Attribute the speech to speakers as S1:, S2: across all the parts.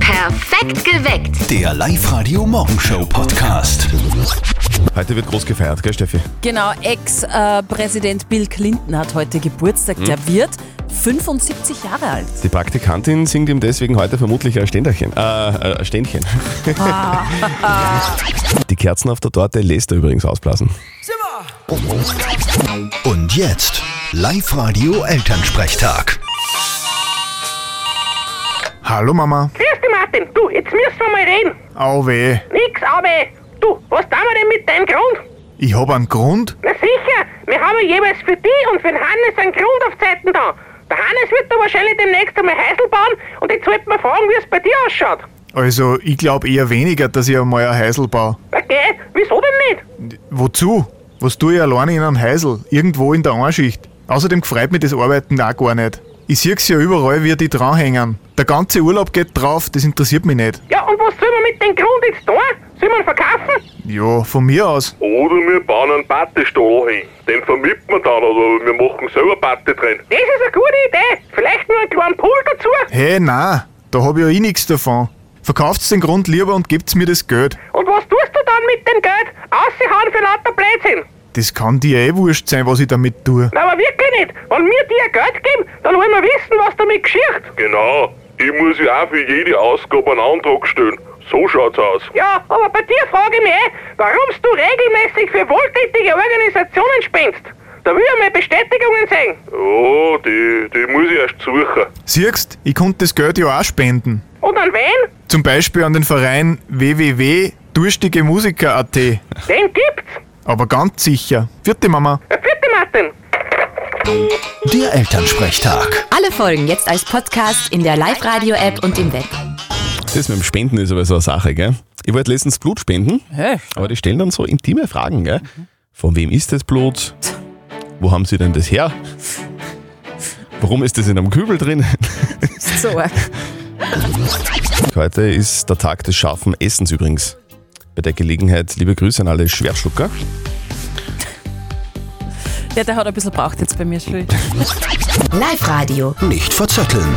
S1: Perfekt geweckt.
S2: Der Live-Radio Morgenshow Podcast.
S3: Heute wird groß gefeiert, gell, Steffi?
S4: Genau, Ex-Präsident Bill Clinton hat heute Geburtstag. Der wird 75 Jahre alt.
S3: Die Praktikantin singt ihm deswegen heute vermutlich ein Ständerchen. Äh, äh, ein Ständchen. Die Kerzen auf der Torte lässt er übrigens ausblasen.
S2: Und jetzt Live-Radio Elternsprechtag.
S5: Hallo Mama.
S6: Grüß dich, Martin. Du, jetzt müssen wir mal reden.
S5: Au weh.
S6: Nix, aber du, was tun wir denn mit deinem Grund?
S5: Ich hab einen Grund.
S6: Na sicher, wir haben jeweils für dich und für den Hannes einen Grund auf Zeiten da. Der Hannes wird da wahrscheinlich demnächst einmal Häusl bauen und jetzt wollten wir fragen, wie es bei dir ausschaut.
S5: Also, ich glaube eher weniger, dass ich einmal ein Heisel baue.
S6: Okay, wieso denn nicht?
S5: Wozu? Was tue ich alleine in einem Heisel? Irgendwo in der Anschicht. Außerdem gefreut mich das Arbeiten auch gar nicht. Ich sieh's ja überall, wie die dranhängen. Der ganze Urlaub geht drauf, das interessiert mich nicht.
S6: Ja, und was sollen wir mit dem Grund jetzt tun? Sollen wir ihn verkaufen?
S5: Ja, von mir aus.
S7: Oder wir bauen einen Partystall hin. Den vermieten wir dann oder wir machen selber Party drin.
S6: Das ist eine gute Idee. Vielleicht nur einen kleinen Pool dazu.
S5: Hey, na, da hab ich ja eh nichts davon. Verkauft's den Grund lieber und gebt's mir das Geld.
S6: Und was tust du dann mit dem Geld? Aussehauen für lauter Blödsinn.
S5: Das kann dir eh wurscht sein, was ich damit tue.
S6: Na, aber wirklich nicht. Wenn wir dir Geld geben, dann wollen wir wissen, was damit geschieht.
S7: Genau. Ich muss ja auch für jede Ausgabe einen Antrag stellen. So schaut's aus.
S6: Ja, aber bei dir frage ich mich, eh, warum du regelmäßig für wohltätige Organisationen spendest. Da will ich mal Bestätigungen sehen.
S7: Oh, die, die muss ich erst suchen.
S5: Siehst, ich konnte das Geld ja auch spenden.
S6: Und an wen?
S5: Zum Beispiel an den Verein www.durstigemusiker.at.
S6: Den gibt's.
S5: Aber ganz sicher. Vierte Mama.
S6: Der vierte Martin.
S2: Der Elternsprechtag.
S8: Alle Folgen jetzt als Podcast in der Live-Radio-App und im Web.
S3: Das mit dem Spenden ist aber so eine Sache, gell? Ich wollte letztens Blut spenden,
S4: Hä?
S3: aber die stellen dann so intime Fragen, gell? Von wem ist das Blut? Wo haben sie denn das her? Warum ist das in einem Kübel drin?
S4: So arg.
S3: Heute ist der Tag des scharfen Essens übrigens. Bei der Gelegenheit liebe Grüße an alle Schwerschlucker.
S4: Ja, der hat ein bisschen braucht jetzt bei mir schon.
S8: Live-Radio.
S2: Nicht verzetteln.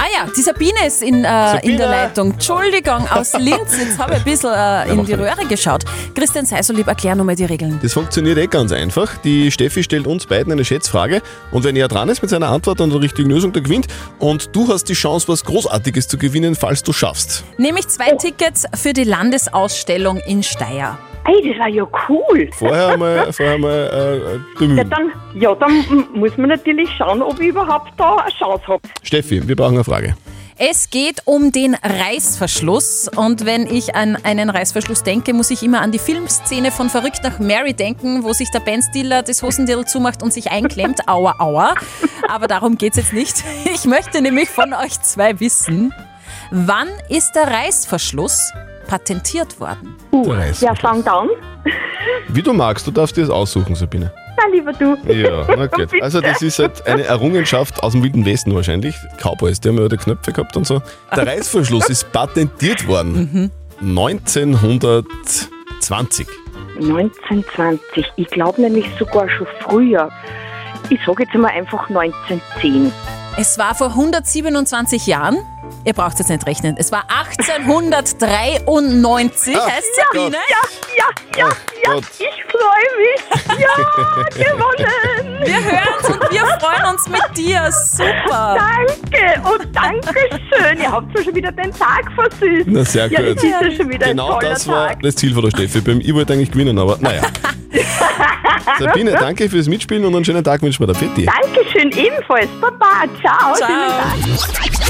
S4: Ah ja, die Sabine ist in, äh, in der Leitung. Entschuldigung, aus Linz. Jetzt habe ich ein bisschen äh, in
S3: macht
S4: die
S3: ja
S4: Röhre geschaut. Christian Seisolieb, erklär nochmal die Regeln.
S3: Das funktioniert eh ganz einfach. Die Steffi stellt uns beiden eine Schätzfrage und wenn er dran ist mit seiner Antwort und der richtigen Lösung, der gewinnt. Und du hast die Chance, was Großartiges zu gewinnen, falls du schaffst.
S4: Nämlich zwei Tickets für die Landesausstellung in Steyr.
S9: Ey, das war ja cool.
S3: Vorher mal, vorher mal äh,
S9: Ja
S3: bemühen.
S9: dann, ja, dann m- muss man natürlich schauen, ob ich überhaupt da eine Chance habe.
S3: Steffi, wir brauchen eine Frage.
S4: Es geht um den Reißverschluss. Und wenn ich an einen Reißverschluss denke, muss ich immer an die Filmszene von Verrückt nach Mary denken, wo sich der Ben Stiller das Hosendil zumacht und sich einklemmt. Aua, aua. Aber darum geht's jetzt nicht. Ich möchte nämlich von euch zwei wissen, wann ist der Reißverschluss patentiert worden?
S9: Ja, fang an.
S3: Wie du magst, du darfst dir das aussuchen, Sabine.
S9: Dann lieber du.
S3: Ja, na gut. Also das ist halt eine Errungenschaft aus dem Wilden Westen wahrscheinlich. Cowboys, die haben ja die Knöpfe gehabt und so. Der Reißverschluss ist patentiert worden. 1920.
S9: 1920. Ich glaube nämlich sogar schon früher. Ich sage jetzt mal einfach 1910.
S4: Es war vor 127 Jahren. Ihr braucht jetzt nicht rechnen. Es war 1893,
S3: Ah,
S4: heißt Sabine.
S9: Ja, ja,
S3: Oh
S9: ja,
S3: Gott.
S9: ich freue mich. Ja, gewonnen.
S4: Wir hören und wir freuen uns mit dir. Super.
S9: Danke und Dankeschön. Ihr habt mir schon wieder den Tag versüßt.
S3: Na, sehr
S9: ja,
S3: gut.
S9: Jetzt ist ja schon wieder ein
S3: Genau
S9: toller
S3: das war
S9: Tag.
S3: das Ziel von der Steffi. Beim- Ich wollte eigentlich gewinnen, aber naja. Sabine, danke fürs Mitspielen und einen schönen Tag wünschen wir dir. Fitti.
S9: Dankeschön ebenfalls. Baba, ciao. Schönen Tag.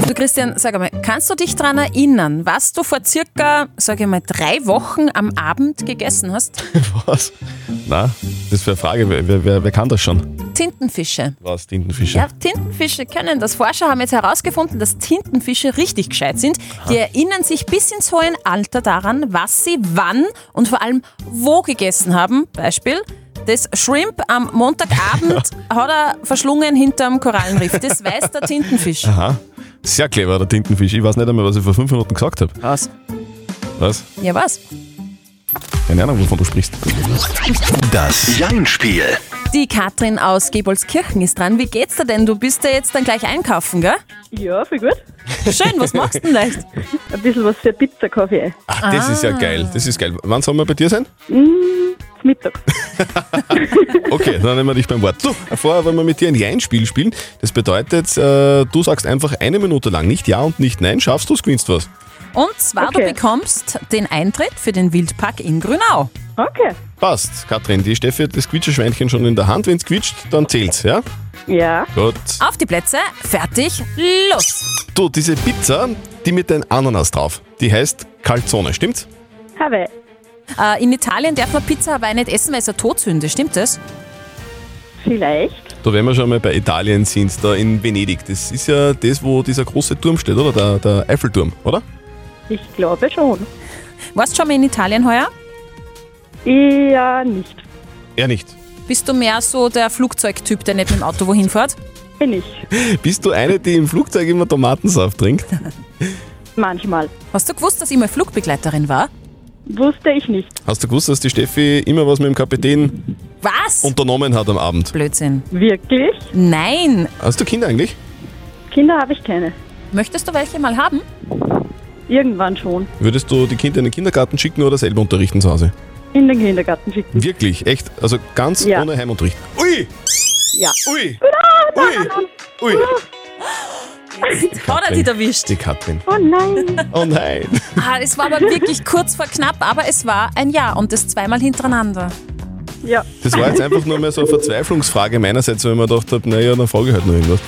S4: Du Christian, sag einmal, kannst du dich daran erinnern, was du vor circa, sag ich mal, drei Wochen am Abend gegessen hast?
S3: Was? Na, das wäre eine Frage. Wer, wer- wer, wer kann das schon?
S4: Tintenfische.
S3: Was, Tintenfische?
S4: Ja, Tintenfische können das. Forscher haben jetzt herausgefunden, dass Tintenfische richtig gescheit sind. Die erinnern sich bis ins hohe Alter daran, was sie wann und vor allem wo gegessen haben. Beispiel. Das Shrimp am Montagabend hat er verschlungen hinterm Korallenriff. Das weiß der Tintenfisch.
S3: Aha. Sehr clever, der Tintenfisch. Ich weiß nicht einmal, was ich vor fünf Minuten gesagt habe.
S4: Was?
S3: Was?
S4: Ja, was?
S3: Keine Ahnung, wovon du sprichst.
S2: Das Jein-Spiel.
S4: Die Katrin aus Gebolskirchen ist dran. Wie geht's dir denn? Du bist ja jetzt dann gleich einkaufen, gell?
S9: Ja, voll gut.
S4: Schön, was magst du denn leicht?
S9: Ein bisschen was für Pizza-Kaffee.
S3: Ah, das ist ja geil. Das ist geil. Wann sollen wir bei dir sein?
S9: Mittags.
S3: Okay, dann nehmen wir dich beim Wort. So, vorher wollen wir mit dir ein Jein-Spiel spielen. Das bedeutet, äh, du sagst einfach eine Minute lang nicht Ja und nicht Nein. Schaffst du es, gewinnst was.
S4: Und zwar, du
S9: Okay.
S4: bekommst den Eintritt für den Wildpark in Grünau.
S9: Okay.
S3: Passt, Katrin. Die Steffi hat das Quietscherschweinchen schon in der Hand. Wenn's quietscht, dann zählt's, ja?
S9: Ja.
S3: Gut.
S4: Auf die Plätze, fertig, los!
S3: Du, diese Pizza, die mit den Ananas drauf, die heißt Calzone, stimmt's?
S9: Habe.
S4: Äh, in Italien darf man Pizza aber nicht essen, weil es eine Todsünde, stimmt das?
S9: Vielleicht.
S3: Du, wenn wir schon mal bei Italien sind, da in Venedig, das ist ja das, wo dieser große Turm steht, oder? Der, der Eiffelturm, oder?
S9: Ich glaube schon.
S4: Warst du schon mal in Italien heuer?
S9: Ja, nicht.
S3: Er nicht.
S4: Bist du mehr so der Flugzeugtyp, der nicht mit dem Auto wohin fährt?
S9: Bin ich.
S3: Bist du eine, die im Flugzeug immer Tomatensaft trinkt?
S9: Manchmal.
S4: Hast du gewusst, dass ich mal Flugbegleiterin war?
S9: Wusste ich nicht.
S3: Hast du gewusst, dass die Steffi immer was mit dem Kapitän
S4: Was?
S3: unternommen hat am Abend?
S4: Blödsinn.
S9: Wirklich?
S4: Nein.
S3: Hast du Kinder eigentlich?
S9: Kinder habe ich keine.
S4: Möchtest du welche mal haben?
S9: Irgendwann schon.
S3: Würdest du die Kinder in den Kindergarten schicken oder selber unterrichten zu Hause?
S9: In den Kindergarten schicken.
S3: Wirklich, echt, also ganz
S9: Ja.
S3: ohne Heimunterricht. Ui!
S9: Ja.
S3: Ui! Ui! Ui!
S4: Hat er dich erwischt?
S3: Die Katrin.
S9: Oh nein.
S3: Oh nein!
S4: Ah, es war aber wirklich kurz vor knapp, aber es war ein Ja und das zweimal hintereinander.
S9: ja.
S3: Das war jetzt einfach nur mehr so eine Verzweiflungsfrage meinerseits, weil ich mir gedacht habe, naja, dann frage ich halt noch irgendwas.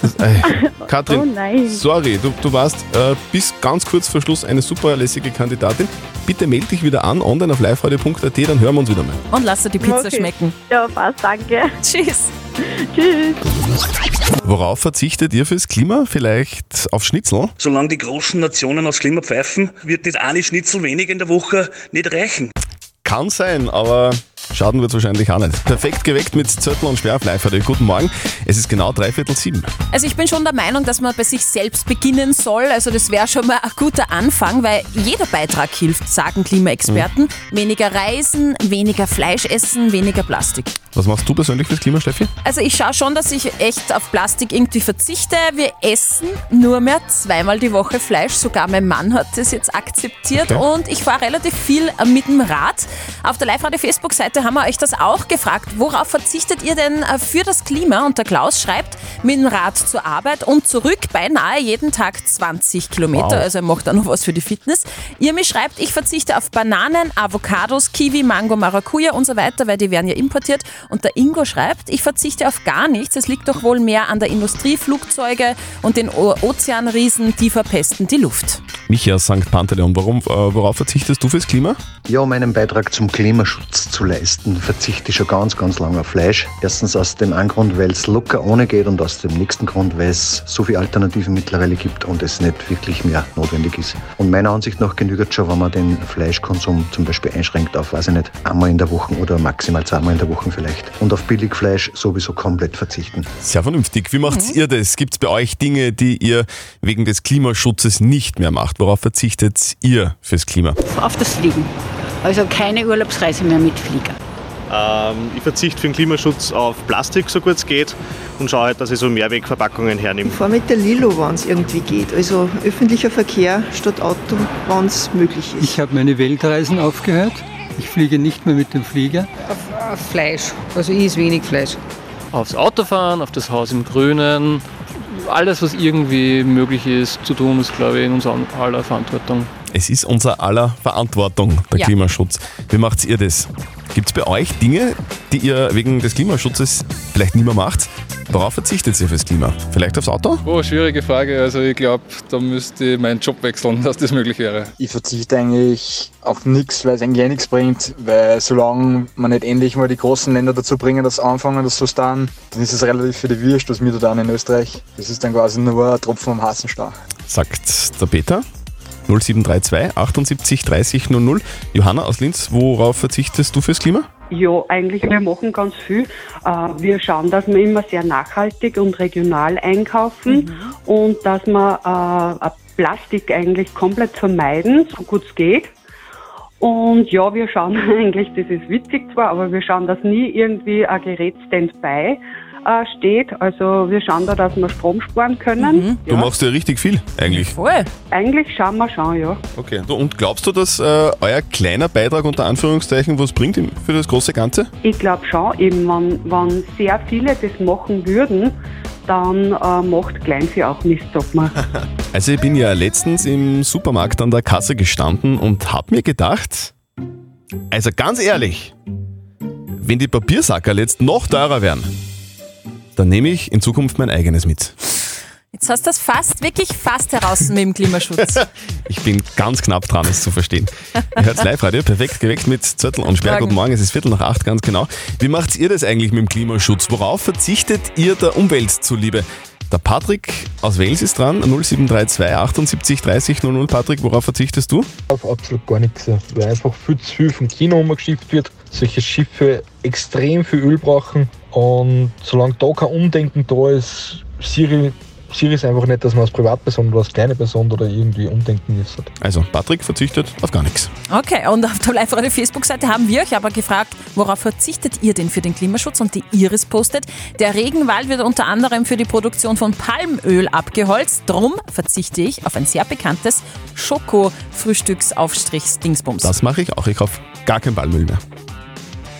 S3: Das, äh, Katrin,
S9: Oh nein.
S3: sorry, du, du warst äh, bis ganz kurz vor Schluss eine super lässige Kandidatin. Bitte melde dich wieder an, online auf liveradio.at, dann hören wir uns wieder mal.
S4: Und lass dir die Pizza
S9: Okay.
S4: schmecken.
S9: Ja, passt. Danke.
S4: Tschüss.
S9: Tschüss.
S3: Worauf verzichtet ihr fürs Klima? Vielleicht auf Schnitzel?
S1: Solange die großen Nationen aufs Klima pfeifen, wird das eine Schnitzel weniger in der Woche nicht reichen.
S3: Kann sein, aber schaden wird wahrscheinlich auch nicht. Perfekt geweckt mit Zettel und Sperr auf Live-Radio. Guten Morgen, es ist genau dreiviertel sieben.
S4: Also ich bin schon der Meinung, dass man bei sich selbst beginnen soll. Also das wäre schon mal ein guter Anfang, weil jeder Beitrag hilft, sagen Klimaexperten. Weniger Reisen, weniger Fleisch essen, weniger Plastik.
S3: Was machst du persönlich fürs Klima, Steffi?
S4: Also ich schaue schon, dass ich echt auf Plastik irgendwie verzichte. Wir essen nur mehr zweimal die Woche Fleisch. Sogar mein Mann hat das jetzt akzeptiert.
S3: Okay.
S4: Und ich fahre relativ viel äh, mit dem Rad. Auf der Live-Radio-Facebook-Seite haben wir euch das auch gefragt. Worauf verzichtet ihr denn äh, für das Klima? Und der Klaus schreibt, mit dem Rad zur Arbeit und zurück beinahe jeden Tag 20 Kilometer.
S3: Wow.
S4: Also er macht auch noch was für die Fitness. Irmi schreibt, ich verzichte auf Bananen, Avocados, Kiwi, Mango, Maracuja und so weiter, weil die werden ja importiert. Und der Ingo schreibt, ich verzichte auf gar nichts. Es liegt doch wohl mehr an der Industrie, Flugzeuge und den o Ozeanriesen, die verpesten die Luft.
S3: Micha aus St. Pantaleon, warum, äh, worauf verzichtest du fürs Klima?
S10: Ja, um einen Beitrag zum Klimaschutz zu leisten, verzichte ich schon ganz, ganz lange auf Fleisch. Erstens aus dem einen Grund, weil es locker ohne geht und aus dem nächsten Grund, weil es so viele Alternativen mittlerweile gibt und es nicht wirklich mehr notwendig ist. Und meiner Ansicht nach genügt schon, wenn man den Fleischkonsum zum Beispiel einschränkt auf, weiß ich nicht, einmal in der Woche oder maximal zweimal in der Woche vielleicht. Und auf Billigfleisch sowieso komplett verzichten.
S3: Sehr vernünftig. Wie macht's ihr das? Gibt's bei euch Dinge, die ihr wegen des Klimaschutzes nicht mehr macht? Worauf verzichtet ihr fürs Klima?
S9: Auf das Fliegen. Also keine Urlaubsreise mehr mit Flieger.
S1: ich verzichte für den Klimaschutz auf Plastik, so gut es geht, und schaue halt, dass ich so Mehrwegverpackungen hernehme.
S9: Fahr mit der Lilo, wenn es irgendwie geht. Also öffentlicher Verkehr statt Auto, wenn es möglich ist.
S1: Ich habe meine Weltreisen aufgehört. Ich fliege nicht mehr mit dem Flieger.
S9: Fleisch. Also ich esse wenig Fleisch.
S1: Aufs Autofahren, auf das Haus im Grünen. Alles, was irgendwie möglich ist zu tun, ist, glaube ich, in unserer aller Verantwortung.
S3: Es ist unser aller Verantwortung, der
S4: Ja.
S3: Klimaschutz. Wie macht's ihr das? Gibt's bei euch Dinge, die ihr wegen des Klimaschutzes vielleicht nicht mehr macht? Worauf verzichtet ihr fürs Klima? Vielleicht aufs Auto?
S1: Oh, schwierige Frage. Also ich glaube, da müsste ich meinen Job wechseln, dass das möglich wäre.
S10: Ich verzichte eigentlich auf nichts, weil es eigentlich eh nichts bringt, weil solange man nicht endlich mal die großen Länder dazu bringen, dass sie anfangen, das zu tun, dann ist es relativ für die Wurst, was wir da tun in Österreich. Das ist dann quasi nur ein Tropfen am heißen Stein.
S3: Sagt der Peter. 0732 78 30 00. Johanna aus Linz, worauf verzichtest du fürs Klima?
S9: Ja, eigentlich, wir machen ganz viel. Äh, Wir schauen, dass wir immer sehr nachhaltig und regional einkaufen und dass wir äh, Plastik eigentlich komplett vermeiden, so gut es geht. Und ja, wir schauen eigentlich, das ist witzig zwar, aber wir schauen, dass nie irgendwie ein Gerät standby äh, steht. Also wir schauen da, dass wir Strom sparen können.
S3: Du machst ja richtig viel, eigentlich.
S4: Voll.
S9: Eigentlich schauen wir schon, ja.
S3: Okay. Du, und glaubst du, dass äh, euer kleiner Beitrag unter Anführungszeichen was bringt im- für das große Ganze?
S9: Ich glaube schon, eben, wenn, wenn sehr viele das machen würden, dann äh, macht Kleinvieh auch Mist, sagt man.
S3: Also ich bin ja letztens im Supermarkt an der Kasse gestanden und hab mir gedacht, also ganz ehrlich, wenn die Papiersacker jetzt noch teurer wären, dann nehme ich in Zukunft mein eigenes mit.
S4: Jetzt hast du das fast, wirklich fast heraus mit dem Klimaschutz.
S3: Ich bin ganz knapp dran, es zu verstehen. Ihr hört's live Radio, perfekt geweckt mit Zettel und Sperr.
S4: Morgen.
S3: Guten Morgen, es ist Viertel nach acht, ganz genau. Wie macht ihr das eigentlich mit dem Klimaschutz? Worauf verzichtet ihr der Umwelt zuliebe? Der Patrick aus Wales ist dran, 0732 78 30 00. Patrick, worauf verzichtest du?
S11: auf absolut gar nichts, weil einfach viel zu viel vom China umgeschifft wird, solche Schiffe extrem viel Öl brauchen und solange da kein Umdenken da ist, Siri, Siri ist einfach nicht, dass man als Privatperson oder als kleine Person oder irgendwie umdenken müssen.
S3: Also, Patrick verzichtet auf gar nichts.
S4: Okay, und auf der live Facebook-Seite haben wir euch aber gefragt, worauf verzichtet ihr denn für den Klimaschutz? Und die Iris postet, der Regenwald wird unter anderem für die Produktion von Palmöl abgeholzt. Drum verzichte ich auf ein sehr bekanntes Schoko-Frühstücksaufstrichs-Dingsbums.
S3: Das mache ich auch. Ich kaufe gar kein Ballmüll mehr.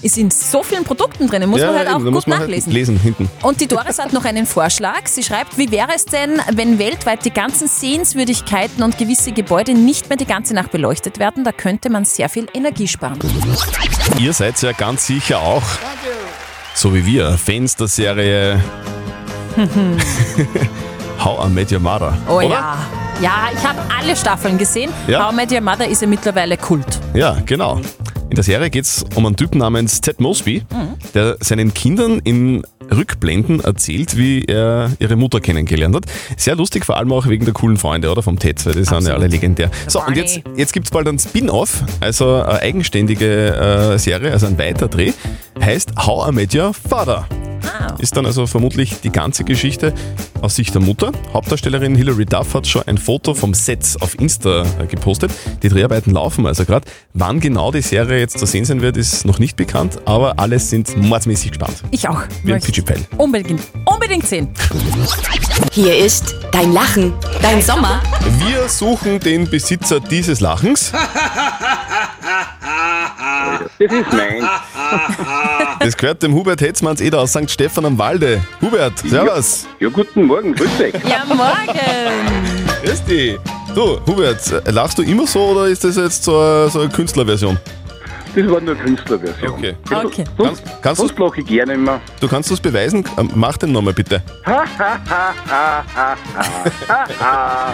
S4: Ist in so vielen Produkten drin, muss man halt
S3: eben,
S4: auch
S3: da muss
S4: gut
S3: man halt
S4: nachlesen.
S3: lesen hinten.
S4: Und die Doris hat noch einen Vorschlag. Sie schreibt, wie wäre es denn, wenn weltweit die ganzen Sehenswürdigkeiten und gewisse Gebäude nicht mehr die ganze Nacht beleuchtet werden? Da könnte man sehr viel Energie sparen.
S3: Ihr seid ja ganz sicher auch, so wie wir, Fans der Serie How I Met Your Mother.
S4: oh ja. Ja, ich habe alle Staffeln gesehen.
S3: Ja.
S4: How I Met Your Mother ist ja mittlerweile Kult.
S3: Ja, genau. In der Serie geht es um einen Typen namens Ted Mosby,
S4: Mhm.
S3: der seinen Kindern in Rückblenden erzählt, wie er ihre Mutter kennengelernt hat. Sehr lustig, vor allem auch wegen der coolen Freunde, oder? Vom Ted, weil die sind ja alle legendär. So, und jetzt, jetzt gibt es bald einen Spin-Off, also eine eigenständige äh, Serie, also ein weiter Dreh. Heißt How I Met Your Father. Ist dann also vermutlich die ganze Geschichte aus Sicht der Mutter. Hauptdarstellerin Hilary Duff hat schon ein Foto vom Set auf Insta äh, gepostet. Die Dreharbeiten laufen also gerade. Wann genau die Serie jetzt zu sehen sein wird, ist noch nicht bekannt, aber alle sind mordsmäßig gespannt.
S4: Ich auch.
S3: Wie ein
S4: Möchte
S3: Pidgey-Pal.
S4: Unbedingt, unbedingt sehen.
S8: Hier ist dein Lachen, dein Sommer.
S3: Wir suchen den Besitzer dieses Lachens.
S12: Das ist mein.
S3: Das gehört dem Hubert Hetzmanns Eder aus St. Stephan am Walde. Hubert, servus.
S12: Ja, guten Morgen, grüß dich.
S4: Ja, morgen.
S3: Grüß dich. Du, Hubert, äh, lachst du immer so oder ist das jetzt so eine, so eine Künstlerversion?
S12: Das war nur Künstlerversion.
S3: Okay.
S12: okay. Sonst,
S3: kannst
S12: sonst lache ich gerne immer.
S3: Du kannst das beweisen? Ähm, Mach den nochmal bitte.
S12: Ha, ha, ha, ha, ha, ha, ha.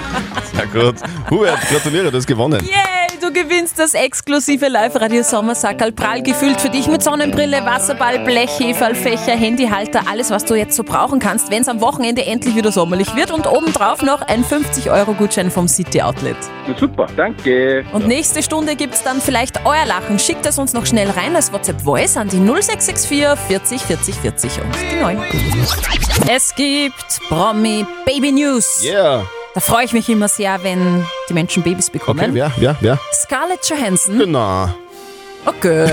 S3: Sehr gut. Hubert, gratuliere, du hast gewonnen.
S4: Yay, du gewinnst das exklusive Live-Radio Sommersackerl. Prall gefüllt für dich mit Sonnenbrille, Wasserball, Blech, Heferl, Fächer, Handyhalter, alles, was du jetzt so brauchen kannst, wenn es am Wochenende endlich wieder sommerlich wird. Und obendrauf noch ein 50-Euro-Gutschein vom City Outlet.
S12: Na, super, danke.
S4: Und nächste Stunde gibt es dann vielleicht euer Lachen. Schickt es uns noch schnell rein als WhatsApp-Voice an die 0664 40 40 40 und die 9. Es gibt Promi Baby News.
S3: Yeah.
S4: Da freue ich mich immer sehr, wenn die Menschen Babys bekommen.
S3: Okay, wer, wer, wer?
S4: Scarlett Johansson.
S3: Genau.
S4: Okay.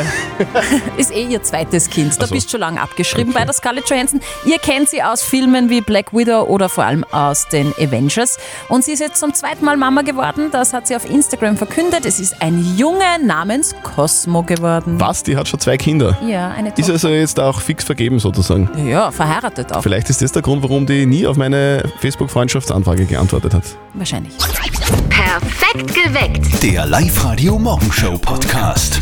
S4: ist eh ihr zweites Kind. Da
S3: Ach so.
S4: bist du schon lange abgeschrieben bei der Scarlett Johansson. Ihr kennt sie aus Filmen wie Black Widow oder vor allem aus den Avengers. Und sie ist jetzt zum zweiten Mal Mama geworden. Das hat sie auf Instagram verkündet. Es ist ein Junge namens Cosmo geworden.
S3: Was? Die hat schon zwei Kinder.
S4: Ja, eine
S3: Ist
S4: Tochter.
S3: also jetzt auch fix vergeben sozusagen.
S4: Ja, verheiratet auch.
S3: Vielleicht ist das der Grund, warum die nie auf meine Facebook-Freundschaftsanfrage geantwortet hat.
S4: Wahrscheinlich.
S8: Perfekt geweckt.
S2: Der Live-Radio Morgenshow Podcast.